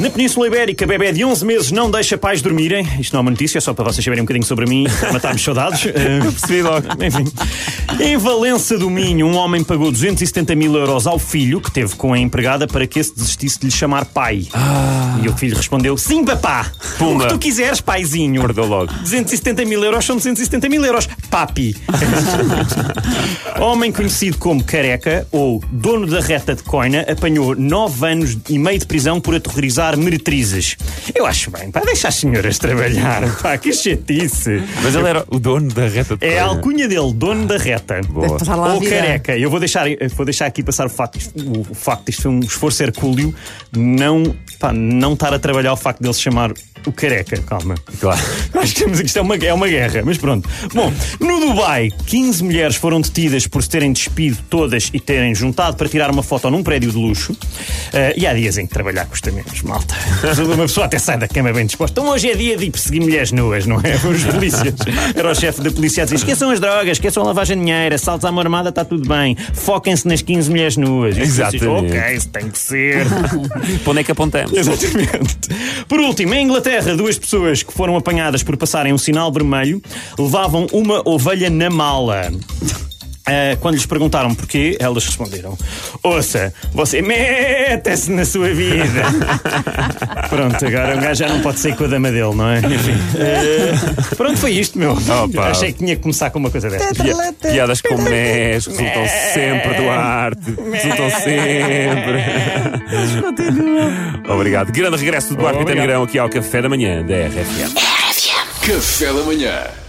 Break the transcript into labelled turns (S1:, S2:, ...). S1: Na Península Ibérica, bebê de 11 meses não deixa pais dormirem. Isto não é uma notícia, é só para vocês saberem um bocadinho sobre mim, para matarmos saudades. Eu percebi logo. Enfim. Em Valença do Minho, um homem pagou 270 mil euros ao filho que teve com a empregada para que esse desistisse de lhe chamar pai. E o filho respondeu: Sim, papá! O que tu quiseres, paizinho.
S2: Acordou logo.
S1: 270 mil euros são 270 mil euros. Papi. Homem conhecido como Careca ou dono da reta de coina apanhou 9 anos e meio de prisão por aterrorizar meretrizes. Eu acho bem, pá, deixa as senhoras trabalhar, pá, que chatice.
S2: Mas ele era o dono da reta de
S1: É a
S2: coina.
S1: alcunha dele, dono da reta.
S2: Boa.
S3: passar Tá lá a
S1: Ou
S3: vida.
S1: careca. Eu vou deixar, eu vou deixar aqui passar o facto, o facto, isto foi um esforço hercúleo, não, pá, não estar a trabalhar o facto dele se chamar o careca. Calma.
S2: Claro.
S1: Nós temos aqui, isto é uma, é uma guerra, mas pronto. Bom, no Dubai, 15 mulheres foram detidas por se terem despido todas e terem juntado para tirar uma foto num prédio de luxo. Eh, e há dias em que trabalhar custa menos, malta. Uma pessoa até sai da cama bem disposta. Então hoje é dia de ir perseguir mulheres nuas, não é? Os polícias. Era o chefe da polícia a dizer: esqueçam as drogas, esqueçam a lavagem de dinheiro, assaltos à mão armada, está tudo bem. Foquem-se nas 15 mulheres nuas. E os polícias,
S2: Exatamente.
S1: Ok, isso tem que ser.
S2: Para onde é que apontamos?
S1: Exatamente. Por último, em Inglaterra, duas pessoas que foram apanhadas por passarem um sinal vermelho levavam uma ovelha na mala. Ah, quando lhes perguntaram porquê, elas responderam: Ouça, você meta-se na sua vida. Pronto, agora um gajo já não pode sair com a dama dele, não é? Enfim. ah, pronto, foi isto, meu.
S2: Opa.
S1: Achei que tinha que começar com uma coisa dessas.
S2: Pia- Piadas com mes, resultam sempre do arte, resultam sempre. Obrigado. Grande regresso do Duarte Pita Negrão aqui ao Café da Manhã da RFM.
S4: Café da Manhã.